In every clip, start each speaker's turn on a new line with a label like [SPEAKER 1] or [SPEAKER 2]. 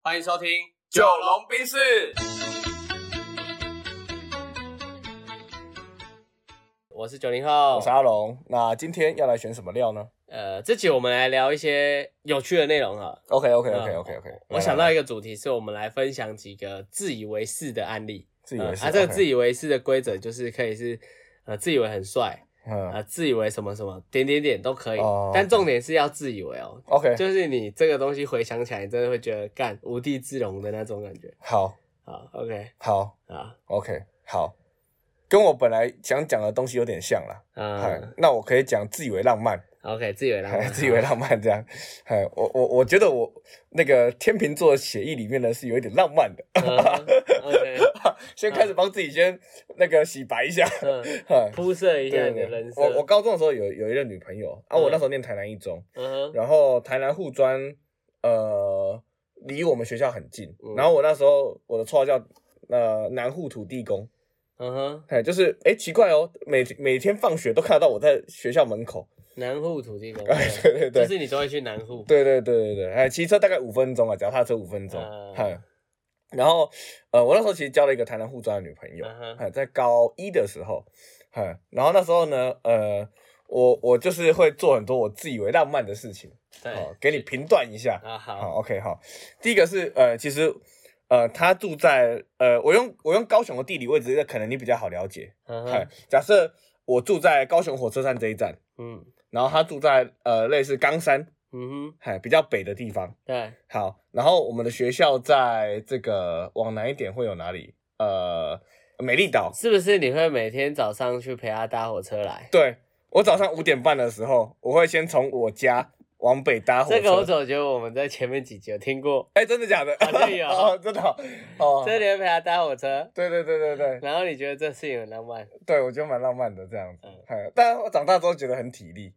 [SPEAKER 1] 欢迎收听《
[SPEAKER 2] 九龙冰室。
[SPEAKER 1] 我是九零后
[SPEAKER 2] 我是。阿龙，那今天要来选什么料呢
[SPEAKER 1] 呃，这集我们来聊一些有趣的内容哈。
[SPEAKER 2] ？OK OK OK OK OK，
[SPEAKER 1] 我想到一个主题，是我们来分享几个自以为是的案例。
[SPEAKER 2] 自以为是
[SPEAKER 1] 呃啊，这个
[SPEAKER 2] OK
[SPEAKER 1] 自以为是的规则就是可以是呃自以为很帅啊、
[SPEAKER 2] 嗯
[SPEAKER 1] 呃自以为什么什么点点点都可以，
[SPEAKER 2] 哦
[SPEAKER 1] 但重点是要自以为哦。
[SPEAKER 2] ，OK，
[SPEAKER 1] 就是你这个东西回想起来，你真的会觉得干无地自容的那种感觉。
[SPEAKER 2] 好
[SPEAKER 1] 好，OK，
[SPEAKER 2] 好
[SPEAKER 1] 好，
[SPEAKER 2] OK 好，跟我本来想讲的东西有点像啦。嗨
[SPEAKER 1] 嗯
[SPEAKER 2] 那我可以讲自以为浪漫，
[SPEAKER 1] ，OK，自以为浪
[SPEAKER 2] 嗨
[SPEAKER 1] 漫，
[SPEAKER 2] 自以为
[SPEAKER 1] 好
[SPEAKER 2] 浪漫这样。嗨我我我觉得我那个天秤座的血液里面呢是有一点浪漫的，
[SPEAKER 1] 嗯 OK，
[SPEAKER 2] 先开始帮自己先那个洗白一下。
[SPEAKER 1] 嗯，
[SPEAKER 2] 嗨
[SPEAKER 1] 铺设一
[SPEAKER 2] 对
[SPEAKER 1] 下
[SPEAKER 2] 对
[SPEAKER 1] 你的
[SPEAKER 2] 对
[SPEAKER 1] 人，设。
[SPEAKER 2] 我我高中的时候有有一任女朋友啊，我那时候念台南一中，
[SPEAKER 1] 嗯哼，
[SPEAKER 2] 然后台南护专，呃，离我们学校很近。
[SPEAKER 1] 嗯
[SPEAKER 2] 然后我那时候我的绰号叫呃南护土地公，
[SPEAKER 1] 嗯哼，
[SPEAKER 2] 哎，就是哎奇怪哦，每每天放学都看得到我在学校门口。
[SPEAKER 1] 南户土地公，
[SPEAKER 2] 哎， 对对
[SPEAKER 1] 就
[SPEAKER 2] 对，
[SPEAKER 1] 是你都会去南户，
[SPEAKER 2] 对对对对对，哎，骑车大概五分钟啊，脚踏车五分钟
[SPEAKER 1] 嗯，
[SPEAKER 2] 嗨、然后，呃，我那时候其实交了一个台南护专的女朋友，
[SPEAKER 1] 嗯哼
[SPEAKER 2] 嗨、在高一的时候，嗨、然后那时候呢，呃，我我就是会做很多我自以为浪漫的事情，
[SPEAKER 1] 对，
[SPEAKER 2] 好、给你评断一下，
[SPEAKER 1] 啊好，
[SPEAKER 2] 好，OK，好。第一个是呃，其实呃，他住在呃，我用我用高雄的地理位置，那可能你比较好了解。
[SPEAKER 1] 嗯
[SPEAKER 2] 嗨、
[SPEAKER 1] 哼，
[SPEAKER 2] 假设我住在高雄火车站这一站，
[SPEAKER 1] 嗯
[SPEAKER 2] 然后他住在呃类似冈山，
[SPEAKER 1] 嗯哼，
[SPEAKER 2] 嗨、比较北的地方。
[SPEAKER 1] 对，
[SPEAKER 2] 好，然后我们的学校在这个往南一点会有哪里？呃，美丽岛。
[SPEAKER 1] 是不是你会每天早上去陪他搭火车来？
[SPEAKER 2] 对我早上五点半的时候，我会先从我家往北搭火车。
[SPEAKER 1] 这个我总觉得我们在前面几集有听过，
[SPEAKER 2] 哎、真的假的？
[SPEAKER 1] 好像有
[SPEAKER 2] 哦，真的哦。哦
[SPEAKER 1] 这里会陪他搭火车，
[SPEAKER 2] 对对对对对，
[SPEAKER 1] 然后你觉得这事情很浪漫，
[SPEAKER 2] 对，我觉得蛮浪漫的这样子
[SPEAKER 1] 嗯。
[SPEAKER 2] 嗯，但我长大之后觉得很体力。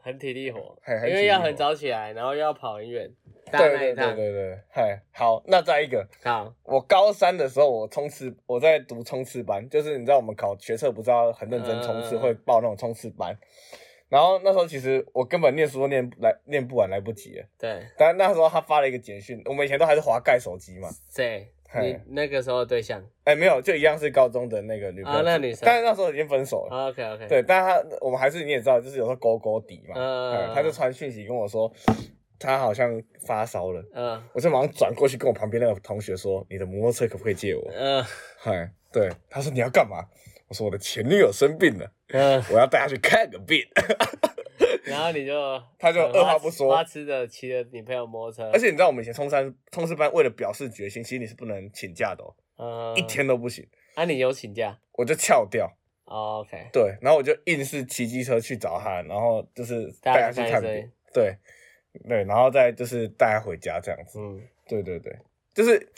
[SPEAKER 1] 很体力活，
[SPEAKER 2] 很很体
[SPEAKER 1] 因为
[SPEAKER 2] 力
[SPEAKER 1] 要
[SPEAKER 2] 活
[SPEAKER 1] 很早起来，然后又要跑很远，搭
[SPEAKER 2] 对
[SPEAKER 1] 那
[SPEAKER 2] 对
[SPEAKER 1] 一
[SPEAKER 2] 对
[SPEAKER 1] 趟，
[SPEAKER 2] 对对，嗨，好，那再一个，
[SPEAKER 1] 好，
[SPEAKER 2] 我高三的时候，我冲刺，我在读冲刺班，就是你知道我们考学测不是要很认真冲刺，
[SPEAKER 1] 嗯
[SPEAKER 2] 会报那种冲刺班。然后那时候其实我根本念书都念不来念不完，来不及了。
[SPEAKER 1] 对，
[SPEAKER 2] 但那时候他发了一个简讯，我们以前都还是滑盖手机嘛，
[SPEAKER 1] 谁？
[SPEAKER 2] 嘿
[SPEAKER 1] 你那个时候的对象
[SPEAKER 2] 哎，没有，就一样是高中的那个女朋友，
[SPEAKER 1] 啊那女生哦
[SPEAKER 2] 但是那时候已经分手了。
[SPEAKER 1] ？OK OK，，
[SPEAKER 2] 哦对，但他我们还是你也知道，就是有时候勾勾底嘛，
[SPEAKER 1] 嗯
[SPEAKER 2] 嗯他就传讯息跟我说，他好像发烧了，
[SPEAKER 1] 嗯
[SPEAKER 2] 我就马上转过去跟我旁边那个同学说，你的摩托车可不可以借我？
[SPEAKER 1] 嗯
[SPEAKER 2] 嗨，对，他说你要干嘛？我说我的前女友生病了，
[SPEAKER 1] 嗯，
[SPEAKER 2] 我要带她去看个病。
[SPEAKER 1] 然后你就
[SPEAKER 2] 他就
[SPEAKER 1] 嗯
[SPEAKER 2] 二话不说
[SPEAKER 1] 花痴的骑着女朋友摩托车，
[SPEAKER 2] 而且你知道我们以前冲山冲刺班为了表示决心，其实你是不能请假的、哦，
[SPEAKER 1] 嗯
[SPEAKER 2] 一，天都不行，
[SPEAKER 1] 啊，你有请假
[SPEAKER 2] 我就翘掉。
[SPEAKER 1] 哦？OK，
[SPEAKER 2] 对，然后我就硬是骑机车去找他，然后就是带他去看
[SPEAKER 1] 带她去看医
[SPEAKER 2] 病。对，对，然后再就是带他回家这样子。
[SPEAKER 1] 嗯
[SPEAKER 2] 对对对，就是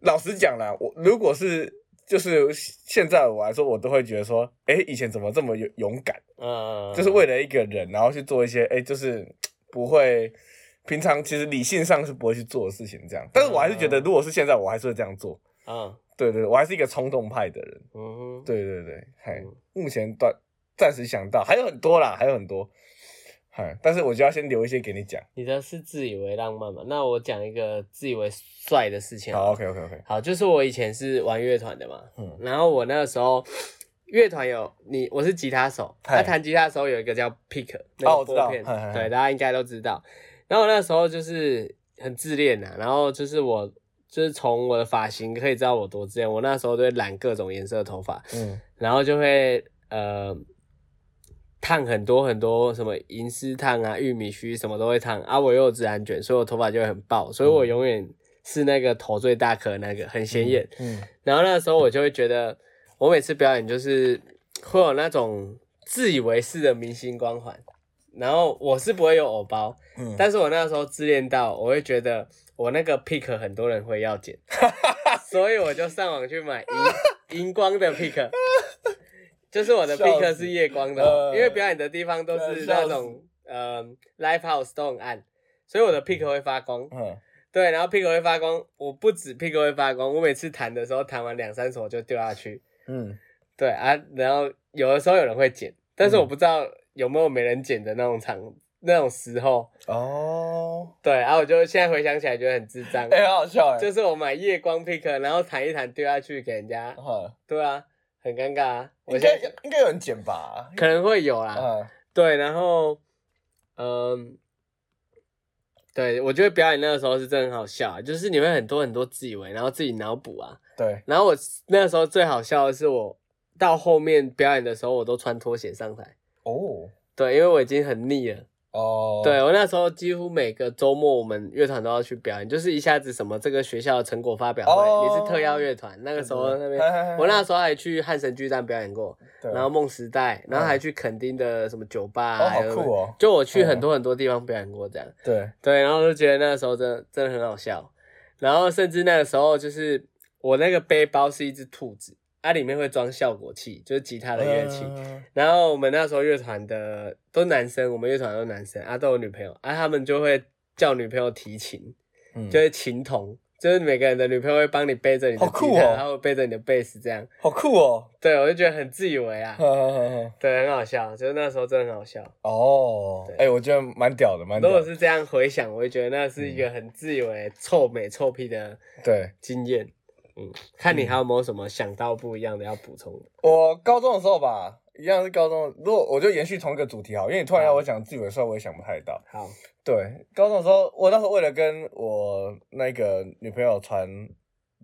[SPEAKER 2] 老实讲啦，我如果是就是现在我来说，我都会觉得说，哎、以前怎么这么勇勇敢，
[SPEAKER 1] 嗯，
[SPEAKER 2] 就是为了一个人，然后去做一些，哎、就是不会平常其实理性上是不会去做的事情，这样。但是我还是觉得，
[SPEAKER 1] 嗯
[SPEAKER 2] 如果是现在，我还是会这样做。
[SPEAKER 1] 嗯
[SPEAKER 2] 对对，对我还是一个冲动派的人。
[SPEAKER 1] 嗯哼，
[SPEAKER 2] 对对对，嗨
[SPEAKER 1] 嗯，
[SPEAKER 2] 目前短暂时想到还有很多啦，还有很多，嗨，但是我就要先留一些给你讲。
[SPEAKER 1] 你的是自以为浪漫嘛？那我讲一个自以为帅的事情了
[SPEAKER 2] 好，OK OK OK，
[SPEAKER 1] 好，就是我以前是玩乐团的嘛，
[SPEAKER 2] 嗯
[SPEAKER 1] 然后我那个时候乐团有你，我是吉他手，他
[SPEAKER 2] 嗨
[SPEAKER 1] 弹吉他的时候有一个叫 pick，
[SPEAKER 2] 哦我知道嗨嗨嗨
[SPEAKER 1] 对，大家应该都知道。然后我那时候就是很自恋呐、然后就是我就是从我的发型可以知道我多自恋，我那时候都会染各种颜色的头发，
[SPEAKER 2] 嗯
[SPEAKER 1] 然后就会呃烫很多很多什么银丝烫啊、玉米须什么都会烫啊。我又有自然卷，所以我头发就会很爆，所以我永远是那个头最大颗那个，很显眼。
[SPEAKER 2] 嗯
[SPEAKER 1] 然后那时候我就会觉得，我每次表演就是会有那种自以为是的明星光环。然后我是不会有偶包，
[SPEAKER 2] 嗯，
[SPEAKER 1] 但是我那时候自恋到，我会觉得我那个 pick 很多人会 要剪，所以我就上网去买 荧荧光的 pick，就是我的
[SPEAKER 2] 笑死
[SPEAKER 1] pick 是夜光的哦，
[SPEAKER 2] 呃
[SPEAKER 1] 因为表演的地方都是
[SPEAKER 2] 对笑
[SPEAKER 1] 那
[SPEAKER 2] 死
[SPEAKER 1] 种呃 live house 都很暗，所以我的 pick 会发光。
[SPEAKER 2] 嗯
[SPEAKER 1] 对，然后 pick 会发光，我不止 pick 会发光，我每次弹的时候弹完两三首就掉下去。
[SPEAKER 2] 嗯，嗯
[SPEAKER 1] 对啊，然后有的时候有人会剪，但是我不知道有没有没人剪的那种场那种时候，
[SPEAKER 2] 哦，
[SPEAKER 1] 对，啊然、后我就现在回想起来觉得很智障，
[SPEAKER 2] 哎、很好笑哎、
[SPEAKER 1] 就是我买夜光 pick，然后弹一弹丢下去给人家，
[SPEAKER 2] 好
[SPEAKER 1] 对啊，很尴尬啊。
[SPEAKER 2] 嗯
[SPEAKER 1] 我
[SPEAKER 2] 应
[SPEAKER 1] 现
[SPEAKER 2] 该
[SPEAKER 1] 在
[SPEAKER 2] 应该有人剪吧？
[SPEAKER 1] 可能会有啦，
[SPEAKER 2] 嗯，
[SPEAKER 1] 对，然后，嗯，对我觉得表演那个时候是真的很好笑啊，就是你会很多很多自以为，然后自己脑补啊。
[SPEAKER 2] 对，
[SPEAKER 1] 然后我那时候最好笑的是我到后面表演的时候，我都穿拖鞋上台，
[SPEAKER 2] 哦
[SPEAKER 1] 对，因为我已经很腻了。
[SPEAKER 2] 哦，
[SPEAKER 1] 对我那时候几乎每个周末我们乐团都要去表演，就是一下子什么这个学校的成果发表会，
[SPEAKER 2] 哦
[SPEAKER 1] 你是特邀乐团，那个时候那边。
[SPEAKER 2] 边
[SPEAKER 1] 我那时候还去汉神巨蛋表演过，
[SPEAKER 2] 对
[SPEAKER 1] 然后梦时代，然后还
[SPEAKER 2] 嗯
[SPEAKER 1] 去垦丁的什么酒吧、啊，
[SPEAKER 2] 哦
[SPEAKER 1] 还
[SPEAKER 2] 好
[SPEAKER 1] 有
[SPEAKER 2] 酷哦，
[SPEAKER 1] 就我去很多很多地方表演过这样，
[SPEAKER 2] 对，
[SPEAKER 1] 对，然后就觉得那个时候真的真的很好笑，然后甚至那个时候就是我那个背包是一只兔子，它、里面会装效果器，就是吉他的乐器。
[SPEAKER 2] 嗯
[SPEAKER 1] 然后我们那时候乐团的都男生，我们乐团都男生啊，都有女朋友啊，他们就会叫女朋友提琴，
[SPEAKER 2] 嗯，
[SPEAKER 1] 就是琴童，就是每个人的女朋友会帮你背着你的吉
[SPEAKER 2] 好
[SPEAKER 1] 他，
[SPEAKER 2] 酷哦
[SPEAKER 1] 然后背着你的贝斯这样。
[SPEAKER 2] 好酷哦，
[SPEAKER 1] 对，我就觉得很自以为啊，
[SPEAKER 2] 呵呵呵呵
[SPEAKER 1] 对，很好笑，就是那时候真的很好笑。
[SPEAKER 2] 哦，
[SPEAKER 1] 对
[SPEAKER 2] 哎、我觉得蛮屌的，蛮
[SPEAKER 1] 如
[SPEAKER 2] 屌嗯
[SPEAKER 1] 果
[SPEAKER 2] 的，
[SPEAKER 1] 是这样回想，我会觉得那是一个很自以为臭美臭屁的
[SPEAKER 2] 对。
[SPEAKER 1] 经验。嗯，看你还有没有什么想到不一样的要补充的。
[SPEAKER 2] 我高中的时候吧，一样是高中。如果我就延续同一个主题好，因为你突然让我
[SPEAKER 1] 嗯
[SPEAKER 2] 讲自己的时候，我也想不太到。
[SPEAKER 1] 好，
[SPEAKER 2] 对，高中的时候，我那时候为了跟我那个女朋友传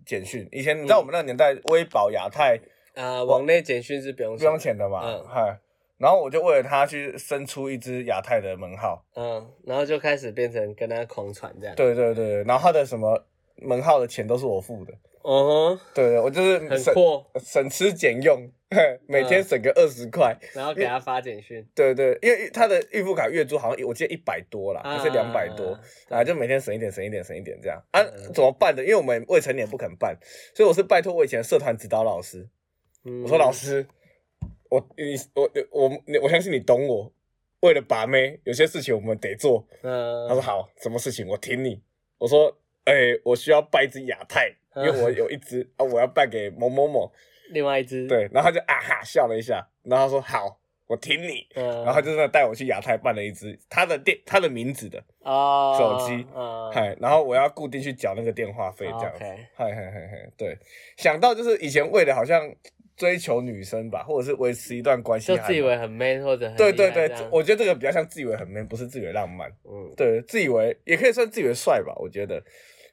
[SPEAKER 2] 简讯，以前你知
[SPEAKER 1] 嗯
[SPEAKER 2] 道我们那个年代，微保、亚太呃
[SPEAKER 1] 啊，往内简讯是不用
[SPEAKER 2] 不用，钱的嘛，
[SPEAKER 1] 嗯
[SPEAKER 2] 嗨。然后我就为了她去生出一只亚太的门号，
[SPEAKER 1] 嗯，然后就开始变成跟他狂传这样。，
[SPEAKER 2] 对对对对，然后她的什么门号的钱都是我付的，
[SPEAKER 1] 哦、
[SPEAKER 2] 对对，我就是
[SPEAKER 1] 很
[SPEAKER 2] 省
[SPEAKER 1] 阔，
[SPEAKER 2] 省吃俭用，嘿每天省个二十块，
[SPEAKER 1] 然后给他发简讯，
[SPEAKER 2] 对对，因为她的预付卡月租好像我记得一百多啦，还是两百多，
[SPEAKER 1] 啊
[SPEAKER 2] 啊，就每天省一点，省一点，省一点这样啊
[SPEAKER 1] 嗯，
[SPEAKER 2] 怎么办的？因为我们未成年不肯办，所以我是拜托我以前的社团指导老师，我
[SPEAKER 1] 我
[SPEAKER 2] 说老，师，我你我我你我相信你懂我，为了把妹，有些事情我们得做。
[SPEAKER 1] 嗯，
[SPEAKER 2] 他说好，什么事情我听你。我说，哎、我需要办一只亚太，因
[SPEAKER 1] 嗯
[SPEAKER 2] 为我有一只啊，我要办给某某某。
[SPEAKER 1] 另外一只，，
[SPEAKER 2] 对，然后他就啊哈笑了一下，然后他说好，我听你。
[SPEAKER 1] 嗯，
[SPEAKER 2] 然后他就真的带我去亚太办了一只他的店他的名字的，
[SPEAKER 1] 哦，
[SPEAKER 2] 手机
[SPEAKER 1] 嗯，哦
[SPEAKER 2] 嗨，然后我要固定去缴那个电话费这样子。
[SPEAKER 1] OK，
[SPEAKER 2] 嗨嗨嗨嗨，对，想到就是以前为了好像追求女生吧，或者是维持一段关系
[SPEAKER 1] 就
[SPEAKER 2] 还好，
[SPEAKER 1] 自以为很 man 或者很
[SPEAKER 2] 对
[SPEAKER 1] 厉害
[SPEAKER 2] 对对
[SPEAKER 1] 这，样
[SPEAKER 2] 我觉得这个比较像自以为很 man，不是自以为浪漫。
[SPEAKER 1] 嗯
[SPEAKER 2] 对，自以为也可以算自以为帅吧，我觉得，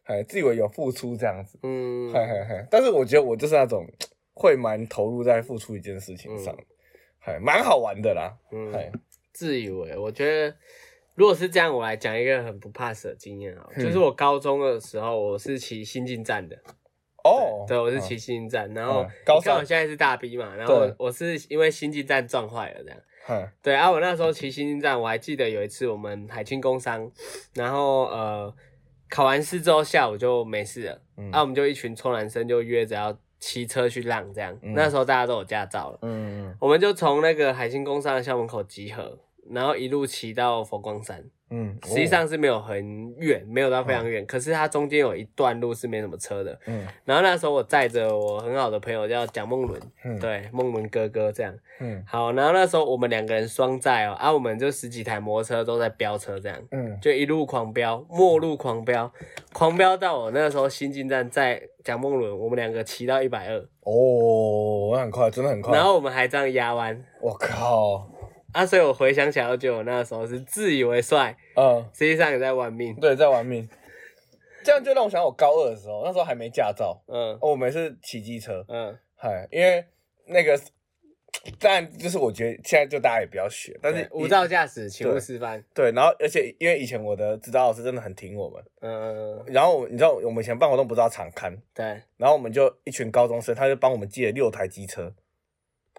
[SPEAKER 2] 哎，自以为有付出这样子。
[SPEAKER 1] 嗯，
[SPEAKER 2] 嗨嗨嗨，但是我觉得我就是那种会蛮投入在付出一件事情上，还蛮好玩的啦。
[SPEAKER 1] 嗯
[SPEAKER 2] 嗨，
[SPEAKER 1] 自以为，我觉得如果是这样，我来讲一个很不怕死的经验啊，
[SPEAKER 2] 嗯
[SPEAKER 1] 就是我高中的时候，我是骑新进站的，
[SPEAKER 2] 哦，
[SPEAKER 1] 对，我是
[SPEAKER 2] 嗯
[SPEAKER 1] 骑，新进站，然后
[SPEAKER 2] 嗯高
[SPEAKER 1] 你看我
[SPEAKER 2] 三
[SPEAKER 1] 现在是大 B 嘛，然后我
[SPEAKER 2] 对
[SPEAKER 1] 我是因为新进站撞坏了这样，
[SPEAKER 2] 嗨
[SPEAKER 1] 对啊，我那时候骑新进站，我还记得有一次我们海清工商，然后呃考完试之后下午就没事了，
[SPEAKER 2] 嗯
[SPEAKER 1] 啊，我们就一群臭男生就约着要骑车去浪这样，
[SPEAKER 2] 嗯
[SPEAKER 1] 那时候大家都有驾照了。
[SPEAKER 2] 嗯
[SPEAKER 1] 我们就从那个海星工商的校门口集合，然后一路骑到佛光山。
[SPEAKER 2] 嗯，
[SPEAKER 1] 实际上是没有很远，没有到非常远，可是它中间有一段路是没什么车的。
[SPEAKER 2] 嗯，
[SPEAKER 1] 然后那时候我载着我很好的朋友叫蒋梦伦，
[SPEAKER 2] 嗯
[SPEAKER 1] 对，梦伦哥哥这样。
[SPEAKER 2] 嗯
[SPEAKER 1] 好，然后那时候我们两个人双载哦，啊，我们就十几台摩托车都在飙车这样。
[SPEAKER 2] 嗯
[SPEAKER 1] 就一路狂飙，末路狂飙，狂飙到我那时候新进站在蒋梦伦，我们两个骑到一百二，
[SPEAKER 2] 哦，那很快，真的很快。
[SPEAKER 1] 然后我们还这样压弯，
[SPEAKER 2] 我靠，
[SPEAKER 1] 啊，所以我回想起来，我觉得我那时候是自以为帅，
[SPEAKER 2] 嗯，
[SPEAKER 1] 实际上也在玩命。
[SPEAKER 2] 对，在玩命。这样就让我想到我高二的时候，那时候还没驾照，
[SPEAKER 1] 嗯
[SPEAKER 2] 哦我每次骑机车，
[SPEAKER 1] 嗯
[SPEAKER 2] 嗨，因为那个，当然就是我觉得现在就大家也不要学，但
[SPEAKER 1] 对，
[SPEAKER 2] 是
[SPEAKER 1] 无照驾驶，请勿
[SPEAKER 2] 对
[SPEAKER 1] 示范。
[SPEAKER 2] 对，然后而且因为以前我的指导老师真的很挺我们，
[SPEAKER 1] 嗯，
[SPEAKER 2] 然后我你知道我们以前办活动不是要常刊，
[SPEAKER 1] 对。
[SPEAKER 2] 然后我们就一群高中生，他就帮我们借了六台机车，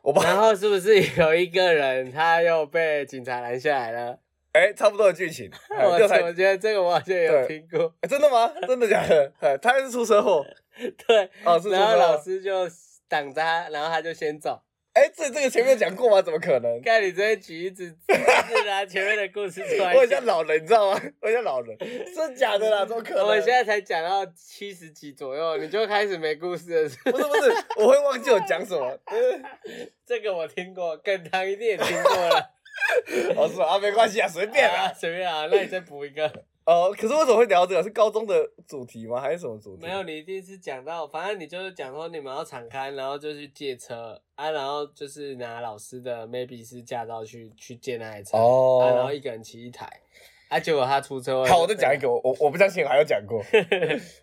[SPEAKER 2] 我帮
[SPEAKER 1] 然后是不是有一个人他又被警察拦下 来了？
[SPEAKER 2] 哎差不多的剧 情，嗨
[SPEAKER 1] 我
[SPEAKER 2] 六台
[SPEAKER 1] 我觉得这个我好像
[SPEAKER 2] 对
[SPEAKER 1] 有听过。
[SPEAKER 2] 哎真的吗？ 真的假的？嗨他是出车祸
[SPEAKER 1] 对，
[SPEAKER 2] 哦，是出车
[SPEAKER 1] 然后
[SPEAKER 2] 祸。
[SPEAKER 1] 老师就挡着他，然后他就先走。
[SPEAKER 2] 哎、这这个前面讲过吗？怎么可能？
[SPEAKER 1] 看你直接举一直，就是拿前面的故事出来
[SPEAKER 2] 我很
[SPEAKER 1] 讲
[SPEAKER 2] 像。老人，你知道吗？ 我很像老人，真假的啦？怎么可能？
[SPEAKER 1] 我现在才讲到七十几左右，你就开始没故事了 是不是
[SPEAKER 2] 不是不是，我会忘记我讲什么。
[SPEAKER 1] 这个我听过，梗堂一定也听过了。
[SPEAKER 2] 我说啊，没关系啊，随便
[SPEAKER 1] 啊，
[SPEAKER 2] 啊。
[SPEAKER 1] 随便啊，那你再补一个。
[SPEAKER 2] 哦，可是为什么会聊到这个？是高中的主题吗？还是什么主题？
[SPEAKER 1] 没有，你一定是讲到，反正你就是讲说你们要敞开，然后就去借车啊，然后就是拿老师的 maybe 是驾照去去借那台车，
[SPEAKER 2] 哦
[SPEAKER 1] 啊，然后一个人骑一台，啊，结果他出车祸。
[SPEAKER 2] 好，我再讲一，个，我我我不相信我还有讲 过。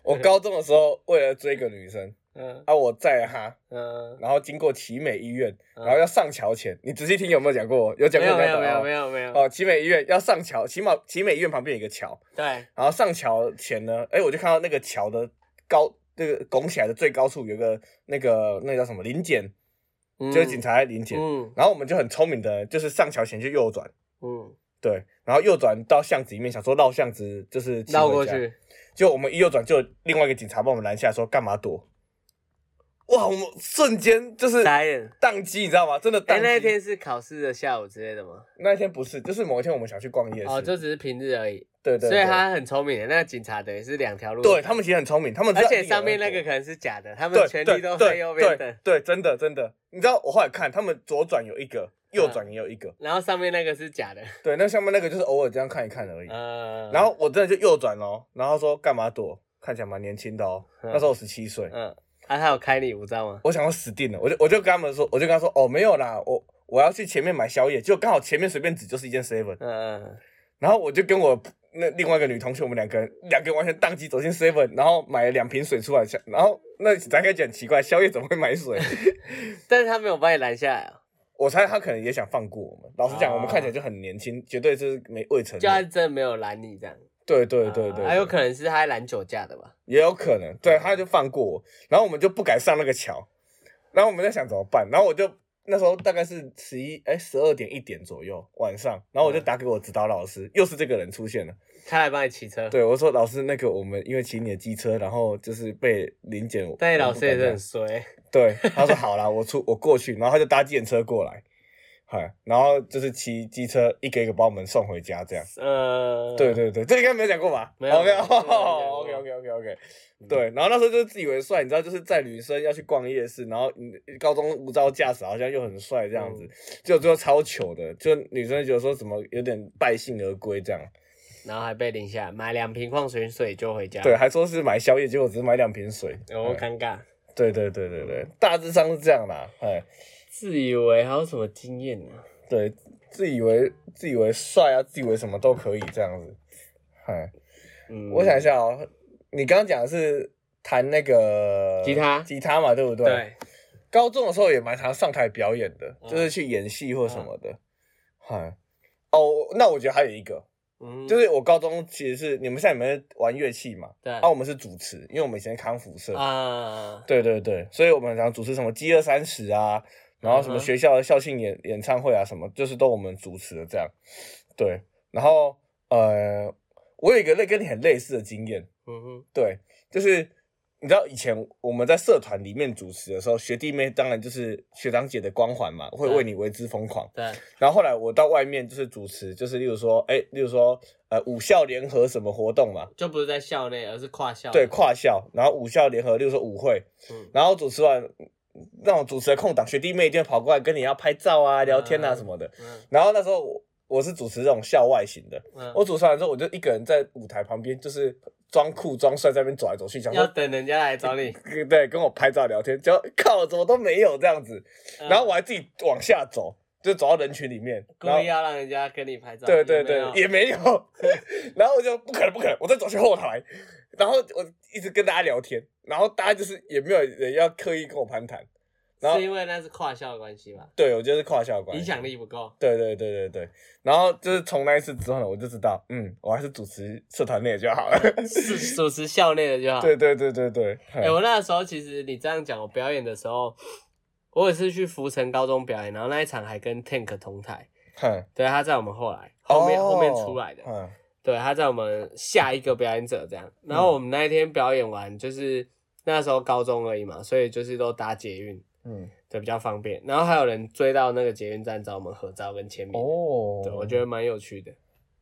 [SPEAKER 2] 我高中的时候为了追一个女生，
[SPEAKER 1] 嗯
[SPEAKER 2] 啊，我载了她，
[SPEAKER 1] 嗯，
[SPEAKER 2] 然后经过奇美医院，
[SPEAKER 1] 嗯
[SPEAKER 2] 然后要上桥前，你仔细听有没有讲过？有讲
[SPEAKER 1] 没
[SPEAKER 2] 过
[SPEAKER 1] 有
[SPEAKER 2] 你
[SPEAKER 1] 没
[SPEAKER 2] 要
[SPEAKER 1] 有
[SPEAKER 2] 懂
[SPEAKER 1] 没有没
[SPEAKER 2] 哦。
[SPEAKER 1] 有没有，
[SPEAKER 2] 哦，奇美医院要上桥，奇马奇美医院旁边有一个桥，
[SPEAKER 1] 对，
[SPEAKER 2] 然后上桥前呢，哎，我就看到那个桥的高，那个拱起来的最高处有一个那个那个叫什么临检，
[SPEAKER 1] 嗯
[SPEAKER 2] 就是警察在临检。
[SPEAKER 1] 嗯
[SPEAKER 2] 然后我们就很聪明的，就是上桥前就右转，
[SPEAKER 1] 嗯，
[SPEAKER 2] 对，然后右转到巷子里面，想说绕巷子就是骑
[SPEAKER 1] 绕
[SPEAKER 2] 回
[SPEAKER 1] 过
[SPEAKER 2] 家
[SPEAKER 1] 去，
[SPEAKER 2] 就我们一右转，就有另外一个警察帮我们拦下，说干嘛躲？哇，我们瞬间就是
[SPEAKER 1] 傻眼。
[SPEAKER 2] 宕机，你知道吗？真的宕
[SPEAKER 1] 哎、
[SPEAKER 2] 机。
[SPEAKER 1] 那一天是考试的下午之类的吗？
[SPEAKER 2] 那一天不是，就是某一天我们想去逛夜市，
[SPEAKER 1] 哦，就只是平日而已。
[SPEAKER 2] 对对对，
[SPEAKER 1] 所以他很聪明的，那个警察等于是两条路。
[SPEAKER 2] 对他们其实很聪明，他们知道
[SPEAKER 1] 而且
[SPEAKER 2] 一定有
[SPEAKER 1] 上
[SPEAKER 2] 人
[SPEAKER 1] 面那个
[SPEAKER 2] 躲
[SPEAKER 1] 可能是假的，他们
[SPEAKER 2] 对
[SPEAKER 1] 全
[SPEAKER 2] 对
[SPEAKER 1] 力都在
[SPEAKER 2] 对
[SPEAKER 1] 右边
[SPEAKER 2] 对
[SPEAKER 1] 等，
[SPEAKER 2] 对，真的真的，你知道我后来看，他们左转有一个，右转也有一个，
[SPEAKER 1] 然后上面那个是假的。
[SPEAKER 2] 对，那上面那个就是偶尔这样看一看而已。
[SPEAKER 1] 嗯，
[SPEAKER 2] 然后我真的就右转咯，然后说干嘛躲？看起来蛮年轻的哦，
[SPEAKER 1] 嗯
[SPEAKER 2] 那时候我十七岁，
[SPEAKER 1] 嗯，啊，他有开你五张吗？
[SPEAKER 2] 我想要死定了，我就我就跟他们说，我就跟他说，哦，没有啦，我我要去前面买宵夜，就刚好前面随便指就是一间 seven，
[SPEAKER 1] 嗯嗯，
[SPEAKER 2] 然后我就跟我那另外一个女同学，我们两个人两个人完全宕机走进 seven，然后买了两瓶水出来，想然后那咱该讲很奇怪，宵夜怎么会买水？
[SPEAKER 1] 嗯但是他没有把你拦下来哦，
[SPEAKER 2] 我猜他可能也想放过我们。老实讲，
[SPEAKER 1] 啊
[SPEAKER 2] 我们看起来就很年轻，绝对是没未成
[SPEAKER 1] 就他
[SPEAKER 2] 年。
[SPEAKER 1] 真的没有拦你这样。
[SPEAKER 2] 对对对对，
[SPEAKER 1] 还有
[SPEAKER 2] 对
[SPEAKER 1] 可能是他在拦酒驾的吧？
[SPEAKER 2] 也有可能，
[SPEAKER 1] 嗯
[SPEAKER 2] 对，他就放过我，然后我们就不敢上那个桥，然后我们在想怎么办，然后我就那时候大概是十一哎十二点一点左右晚上，然后
[SPEAKER 1] 嗯
[SPEAKER 2] 我就打给我指导老师，又是这个人出现了，
[SPEAKER 1] 他来帮你骑车。，
[SPEAKER 2] 对我说老师那个我们因为骑你的机车，然后就是被临检，
[SPEAKER 1] 但
[SPEAKER 2] 我
[SPEAKER 1] 老
[SPEAKER 2] 不
[SPEAKER 1] 师也
[SPEAKER 2] 敢
[SPEAKER 1] 是
[SPEAKER 2] 这
[SPEAKER 1] 很
[SPEAKER 2] 样
[SPEAKER 1] 衰。
[SPEAKER 2] 对，他说好啦，我出我过去，然后他就搭计程车过来，嗨，然后就是骑机车一个一个把我们送回家这样。
[SPEAKER 1] 呃，
[SPEAKER 2] 对，对对，这应该没有讲过吧？
[SPEAKER 1] 没有
[SPEAKER 2] OK
[SPEAKER 1] 没有没有讲过嗯
[SPEAKER 2] OK OK OK OK。对，然后那时候就自以为帅，你知道，就是在女生要去逛夜市，然后你高中无照驾驶，好像又很帅这样子
[SPEAKER 1] 嗯，
[SPEAKER 2] 就最后超糗的，就女生觉得说什么有点败兴而归这样。
[SPEAKER 1] 然后还被淋下，买两瓶矿泉水就回家。
[SPEAKER 2] 对，，啊还说是买宵夜，结果只是买两瓶水。
[SPEAKER 1] 啊
[SPEAKER 2] 哎
[SPEAKER 1] 哦，尴尬。
[SPEAKER 2] 对对对对对，大致上是这样啦。哎，
[SPEAKER 1] 自以为还有什么经验呢？
[SPEAKER 2] 对，自以为自以为帅啊，自以为什么都可以这样子。哎，
[SPEAKER 1] 嗯，
[SPEAKER 2] 我想一下哦，你刚刚讲的是弹那个
[SPEAKER 1] 吉他
[SPEAKER 2] 吉他嘛，对不对？。
[SPEAKER 1] 对，
[SPEAKER 2] 高中的时候也蛮常上台表演的，
[SPEAKER 1] 嗯
[SPEAKER 2] 就是去演戏或什么的。嗨、哦，那我觉得还有一个，
[SPEAKER 1] 嗯，
[SPEAKER 2] 就是是我高中其实是你们现在你们玩乐器嘛，
[SPEAKER 1] 对
[SPEAKER 2] 啊，我们是主持，因为我们以前是康复社，
[SPEAKER 1] 嗯啊，
[SPEAKER 2] 对对对，所以我们很常主持什么饥饿三十啊，然后什么
[SPEAKER 1] 嗯哼
[SPEAKER 2] 学校的校庆演演唱会啊，什么就是都我们主持的这样。对，然后呃，我有一个类跟你很类似的经验，
[SPEAKER 1] 嗯哼，
[SPEAKER 2] 对，就是你知道以前我们在社团里面主持的时候，学弟妹当然就是学长姐的光环嘛，会为你为之疯狂。
[SPEAKER 1] 对，
[SPEAKER 2] 然后后来我到外面就是主持，就是例如说，哎，例如说呃五校联合什么活动嘛，
[SPEAKER 1] 就不是在校内，而是跨校。
[SPEAKER 2] 对，跨校，然后五校联合，例如说舞会，
[SPEAKER 1] 嗯
[SPEAKER 2] 然后主持完那种主持的空档，学弟妹一定会跑过来跟你要拍照啊、聊天啊
[SPEAKER 1] 嗯
[SPEAKER 2] 什么的。
[SPEAKER 1] 嗯
[SPEAKER 2] 然后那时候我我是主持这种校外型的，
[SPEAKER 1] 嗯，
[SPEAKER 2] 我主持完之后我就一个人在舞台旁边，就是装酷装帅，在那边走来走去，想
[SPEAKER 1] 要
[SPEAKER 2] 说。嗯
[SPEAKER 1] 等人家来找你，
[SPEAKER 2] 对，跟我拍照聊天，就靠，怎么都没有这样子，
[SPEAKER 1] 嗯
[SPEAKER 2] 然后我还自己往下走，就走到人群里面，
[SPEAKER 1] 故
[SPEAKER 2] 然后
[SPEAKER 1] 意要让人家跟你拍照。
[SPEAKER 2] 对对
[SPEAKER 1] 有没
[SPEAKER 2] 对
[SPEAKER 1] 有，
[SPEAKER 2] 也 没有。然后我就不可能不可能，我再走去后台，然后我一直跟大家聊天，然后大家就是也没有人要刻意跟我攀谈，然后
[SPEAKER 1] 是因为那是跨校的关系吧？
[SPEAKER 2] 对我觉得是跨校关系
[SPEAKER 1] 影响。力 不够。
[SPEAKER 2] 对对对对对，然后就是从那一次之后呢，我就知道，嗯，我还是主持社团内就好 了。
[SPEAKER 1] 是主持校内的就好。
[SPEAKER 2] 对对对对对，
[SPEAKER 1] 哎、
[SPEAKER 2] 嘿
[SPEAKER 1] 我那时候其实你这样讲，我表演的时候，我也是去福城高中表演，然后那一场还跟 Tank 同台，
[SPEAKER 2] 嘿
[SPEAKER 1] 对，他在我们后来后面、后面
[SPEAKER 2] 哦
[SPEAKER 1] 出来的，
[SPEAKER 2] 嗯
[SPEAKER 1] 对，他在我们下一个表演者这样。然后我们那一天表演完，就是那时候高中而已嘛，所以就是都搭捷运，
[SPEAKER 2] 嗯，
[SPEAKER 1] 对，比较方便。然后还有人追到那个捷运站找我们合照跟签名，
[SPEAKER 2] 哦，
[SPEAKER 1] 对我觉得蛮有趣的。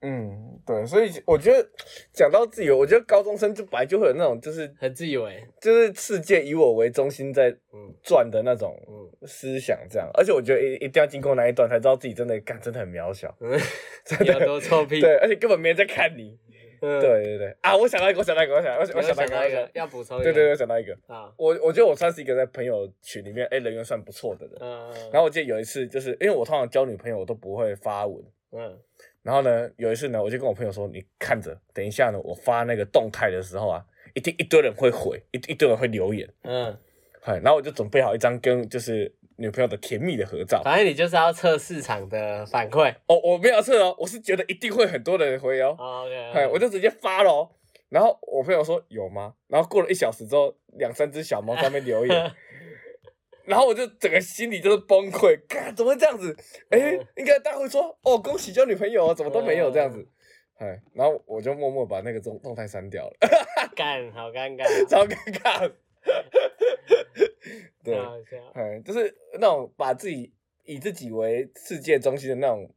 [SPEAKER 2] 嗯，对，所以我觉得讲到自由，我觉得高中生就本来就会有那种就是
[SPEAKER 1] 很自以为，
[SPEAKER 2] 就是世界以我为中心在
[SPEAKER 1] 嗯
[SPEAKER 2] 转的那种
[SPEAKER 1] 嗯
[SPEAKER 2] 思想，这样。而且我觉得一一定要经过那一段，才知道自己真的干真的很渺 小，
[SPEAKER 1] 嗯，
[SPEAKER 2] 真
[SPEAKER 1] 有
[SPEAKER 2] 的
[SPEAKER 1] 多臭 屁，
[SPEAKER 2] 对，而且根本没人在看你。
[SPEAKER 1] 嗯，
[SPEAKER 2] 对对对啊！我想到一个，我想到一个，我想到一个我
[SPEAKER 1] 我
[SPEAKER 2] 想
[SPEAKER 1] 想
[SPEAKER 2] 到一个，我想到
[SPEAKER 1] 到
[SPEAKER 2] 一
[SPEAKER 1] 一个
[SPEAKER 2] 个，
[SPEAKER 1] 要补充一
[SPEAKER 2] 对
[SPEAKER 1] 个，
[SPEAKER 2] 对对，我想到一个。
[SPEAKER 1] 啊，
[SPEAKER 2] 我我觉得我算是一个在朋友群里面，哎、人缘算不错的人。
[SPEAKER 1] 嗯，
[SPEAKER 2] 然后我记得有一次，就是因为我通常交女朋友我都不会发文，
[SPEAKER 1] 嗯
[SPEAKER 2] 然后呢，有一次呢，我就跟我朋友说：“你看着，等一下呢，我发那个动态的时候啊，一定一堆人会回，一一堆人会留言。
[SPEAKER 1] 嗯，”
[SPEAKER 2] 嗨，然后我就准备好一张跟就是女朋友的甜蜜的合照。
[SPEAKER 1] 反正你就是要测市场的反馈
[SPEAKER 2] 哦，我没有测哦，我是觉得一定会很多人回哦。
[SPEAKER 1] 哦，OK，
[SPEAKER 2] 哎，我就直接发了哦。然后我朋友说有吗？然后过了一小时之后，两三只小猫在那边留 言，然后我就整个心里就是崩溃，干怎么会这样子？哎
[SPEAKER 1] 嗯，
[SPEAKER 2] 应该大家会说哦，恭喜交女朋友哦，怎么都没有这样子
[SPEAKER 1] 嗯。
[SPEAKER 2] 哎，然后我就默默把那个动动态删掉了，
[SPEAKER 1] 干，好尴尬，
[SPEAKER 2] 超尴尬。 对，
[SPEAKER 1] 好笑
[SPEAKER 2] 哎，就是那种把自己以自己为世界中心的那种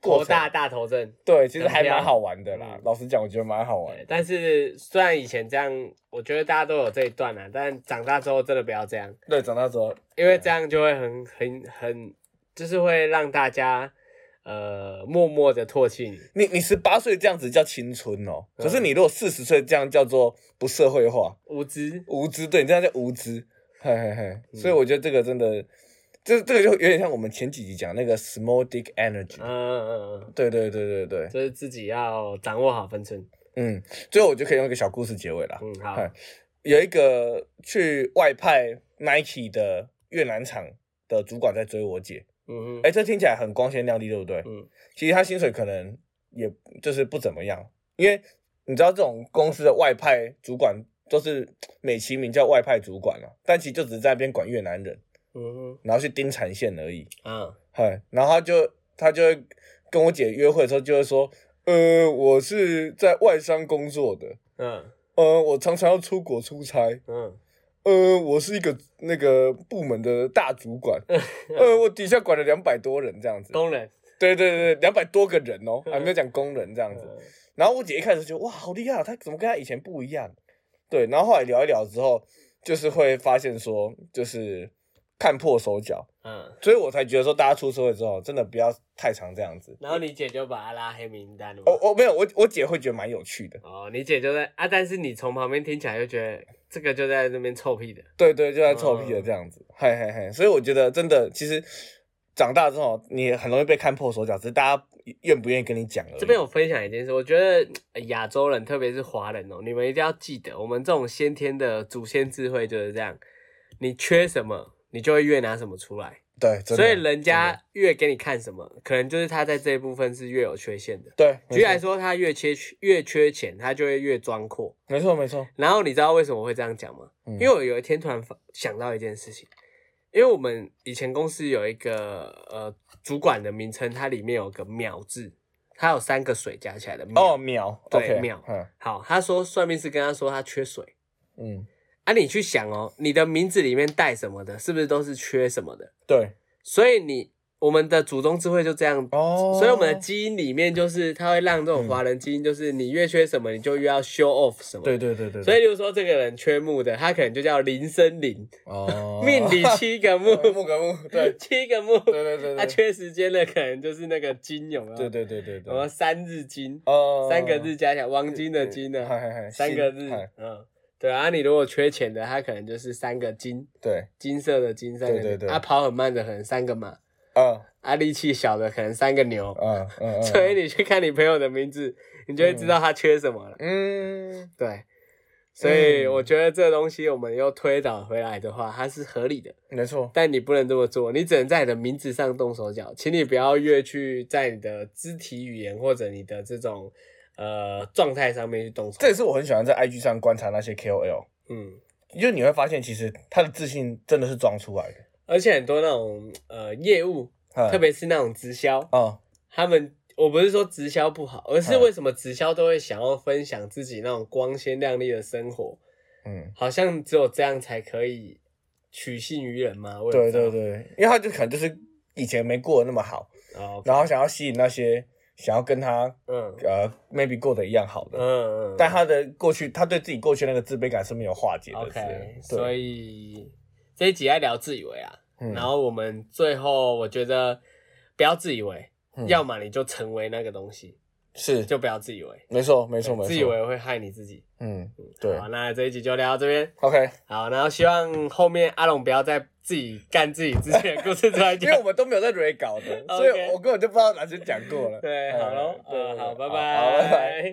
[SPEAKER 2] 过
[SPEAKER 1] 头
[SPEAKER 2] 程，
[SPEAKER 1] 大大头阵。
[SPEAKER 2] 对，其实
[SPEAKER 1] 很
[SPEAKER 2] 还蛮
[SPEAKER 1] 妙
[SPEAKER 2] 好玩的啦
[SPEAKER 1] 嗯。
[SPEAKER 2] 老实讲，我觉得蛮好玩
[SPEAKER 1] 对
[SPEAKER 2] 的。
[SPEAKER 1] 但是虽然以前这样，我觉得大家都有这一段啊，但长大之后真的不要这样，
[SPEAKER 2] 对，长大之后，
[SPEAKER 1] 因为这样就会很很很，就是会让大家呃默默的唾弃你。
[SPEAKER 2] 你你十八岁这样子叫青春哦，
[SPEAKER 1] 嗯
[SPEAKER 2] 可是你如果四十岁这样叫做不社会化、
[SPEAKER 1] 无知，
[SPEAKER 2] 无知，对你这样叫无知，嘿嘿嘿。
[SPEAKER 1] 嗯
[SPEAKER 2] 所以我觉得这个真的，这这个就有点像我们前几集讲那个 small dick energy，、
[SPEAKER 1] 嗯嗯嗯嗯，
[SPEAKER 2] 对对对对对，
[SPEAKER 1] 就是自己要掌握好分寸。
[SPEAKER 2] 嗯，最后我就可以用一个小故事结尾啦。
[SPEAKER 1] 嗯，好，
[SPEAKER 2] 嗨有一个去外派 Nike 的越南厂的主管在追我姐，
[SPEAKER 1] 嗯哼
[SPEAKER 2] 哎、，这听起来很光鲜亮丽，对不对？
[SPEAKER 1] 嗯
[SPEAKER 2] 其实他薪水可能也就是不怎么样，因为你知道这种公司的外派主管都是美其名叫外派主管啊，但其实就只是在那边管越南人，
[SPEAKER 1] 嗯
[SPEAKER 2] 然后去盯产线而已。
[SPEAKER 1] 哼，啊，
[SPEAKER 2] 嗨，然后他就他就会跟我姐约会的时候就会说，呃，我是在外商工作的，
[SPEAKER 1] 嗯
[SPEAKER 2] 呃，我常常要出国出差，
[SPEAKER 1] 嗯，
[SPEAKER 2] 呃，我是一个那个部门的大主 管，呃，我底下管了两百多人这样子，
[SPEAKER 1] 工人，
[SPEAKER 2] 对对对，两百多个人哦，还没有讲工人这样子。
[SPEAKER 1] 嗯
[SPEAKER 2] 然后我姐一开始就哇，好厉害，啊她怎么跟她以前不一样？对，然后后来聊一聊之后，就是会发现说，就是看破手脚，
[SPEAKER 1] 嗯，
[SPEAKER 2] 所以我才觉得说，大家出社会之后，真的不要太常这样子。
[SPEAKER 1] 然后你姐就把他拉黑名单了嘛。
[SPEAKER 2] 我我没有，我我姐会觉得蛮有趣的。
[SPEAKER 1] 哦，你姐就在啊，但是你从旁边听起来就觉得这个就在那边臭屁的。
[SPEAKER 2] 对对，就在臭屁
[SPEAKER 1] 嗯
[SPEAKER 2] 的这样子，嘿嘿嘿。所以我觉得真的，其实长大之后，你很容易被看破手脚，只是大家愿不愿意跟你讲而已。
[SPEAKER 1] 这边我分享一件事，我觉得呃亚洲人，特别是华人哦，你们一定要记得，我们这种先天的祖先智慧就是这样，你缺什么，你就会越拿什么出来。
[SPEAKER 2] 对，真的
[SPEAKER 1] 所以人家越给你看什么，可能就是他在这一部分是越有缺陷的。
[SPEAKER 2] 对，
[SPEAKER 1] 举例来说，他越缺越缺钱，他就会越装阔。
[SPEAKER 2] 没错没错，
[SPEAKER 1] 然后你知道为什么我会这样讲吗？
[SPEAKER 2] 嗯
[SPEAKER 1] 因为我有一天突然发想到一件事情，因为我们以前公司有一个呃主管的名称，它里面有个秒字，它有三个水加起来的秒。
[SPEAKER 2] 哦秒
[SPEAKER 1] 对
[SPEAKER 2] OK，
[SPEAKER 1] 秒
[SPEAKER 2] 嗯
[SPEAKER 1] 好，他说算命师跟他说他缺水
[SPEAKER 2] 嗯
[SPEAKER 1] 啊，你去想哦，你的名字里面带什么的，是不是都是缺什么的？
[SPEAKER 2] 对
[SPEAKER 1] 所以你我们的祖宗智慧就这样，
[SPEAKER 2] 哦，
[SPEAKER 1] 所以我们的基因里面就是它会让这种华人基因，就是你越缺什么，你就越要 show off 什么。
[SPEAKER 2] 对对对对，
[SPEAKER 1] 所以，就是说这个人缺木的，他可能就叫林森林，
[SPEAKER 2] 哦
[SPEAKER 1] 命里七个木，
[SPEAKER 2] 木格木，对
[SPEAKER 1] 七个木。
[SPEAKER 2] 对对对，
[SPEAKER 1] 他
[SPEAKER 2] 对
[SPEAKER 1] 缺时间的可能就是那个金，有没有？
[SPEAKER 2] 对对对对
[SPEAKER 1] 什么
[SPEAKER 2] 对，
[SPEAKER 1] 三日金，
[SPEAKER 2] 哦
[SPEAKER 1] 三个日，加起来，王金的金呢？
[SPEAKER 2] 嗨嗨嗨，
[SPEAKER 1] 三个日
[SPEAKER 2] 心嗨，
[SPEAKER 1] 嗯，对啊，你如果缺钱的，他可能就是三个金，
[SPEAKER 2] 对，
[SPEAKER 1] 金色的金三个
[SPEAKER 2] 对对对
[SPEAKER 1] 他跑很慢的可能三个马，
[SPEAKER 2] 嗯
[SPEAKER 1] 啊，力气小的可能三个牛，
[SPEAKER 2] 嗯嗯，嗯
[SPEAKER 1] 所以你去看你朋友的名字，你就会知道他缺什么了。
[SPEAKER 2] 嗯，
[SPEAKER 1] 对，所以
[SPEAKER 2] 嗯
[SPEAKER 1] 我觉得这东西我们又推导回来的话，它是合理的，
[SPEAKER 2] 没错，
[SPEAKER 1] 但你不能这么做，你只能在你的名字上动手脚，请你不要越去在你的肢体语言或者你的这种呃状态上面去动手
[SPEAKER 2] 这。也是我很喜欢在 IG 上观察那些 KOL，
[SPEAKER 1] 嗯。
[SPEAKER 2] 就你会发现其实他的自信真的是装出来的，
[SPEAKER 1] 而且很多那种呃业务，
[SPEAKER 2] 嗯
[SPEAKER 1] 特别是那种直销，
[SPEAKER 2] 哦，
[SPEAKER 1] 他们我不是说直销不好，而是
[SPEAKER 2] 嗯
[SPEAKER 1] 为什么直销都会想要分享自己那种光鲜亮丽的生活，
[SPEAKER 2] 嗯。
[SPEAKER 1] 好像只有这样才可以取信于人吗？我也不
[SPEAKER 2] 对
[SPEAKER 1] 知道
[SPEAKER 2] 对，对，因为他就可能就是以前没过得那么好，
[SPEAKER 1] 哦，
[SPEAKER 2] 然后想要吸引那些想要跟他
[SPEAKER 1] 嗯
[SPEAKER 2] 呃 maybe 过得一样好的，
[SPEAKER 1] 嗯，
[SPEAKER 2] 但他的过去，他对自己过去那个自卑感是没有化解的。
[SPEAKER 1] OK，
[SPEAKER 2] 是对
[SPEAKER 1] 所以这一集在聊自以为啊，
[SPEAKER 2] 嗯
[SPEAKER 1] 然后我们最后我觉得不要自以为，
[SPEAKER 2] 嗯
[SPEAKER 1] 要么你就成为那个东西，
[SPEAKER 2] 是
[SPEAKER 1] 就不要自以为，
[SPEAKER 2] 没错没错没错，
[SPEAKER 1] 自以为会害你自己。
[SPEAKER 2] 嗯对
[SPEAKER 1] 好，那这一集就聊到这边。
[SPEAKER 2] ，OK，
[SPEAKER 1] 好，然后希望后面阿龙不要再自己干自己之前的故事出来
[SPEAKER 2] 因
[SPEAKER 1] 讲
[SPEAKER 2] 为。我们 都没有在 re 稿的，
[SPEAKER 1] OK
[SPEAKER 2] 所以我根本就不知道哪些讲过了。哎
[SPEAKER 1] 对，好喽，
[SPEAKER 2] 对
[SPEAKER 1] 呃，好，
[SPEAKER 2] 对
[SPEAKER 1] 拜
[SPEAKER 2] 好好拜拜。
[SPEAKER 1] 拜。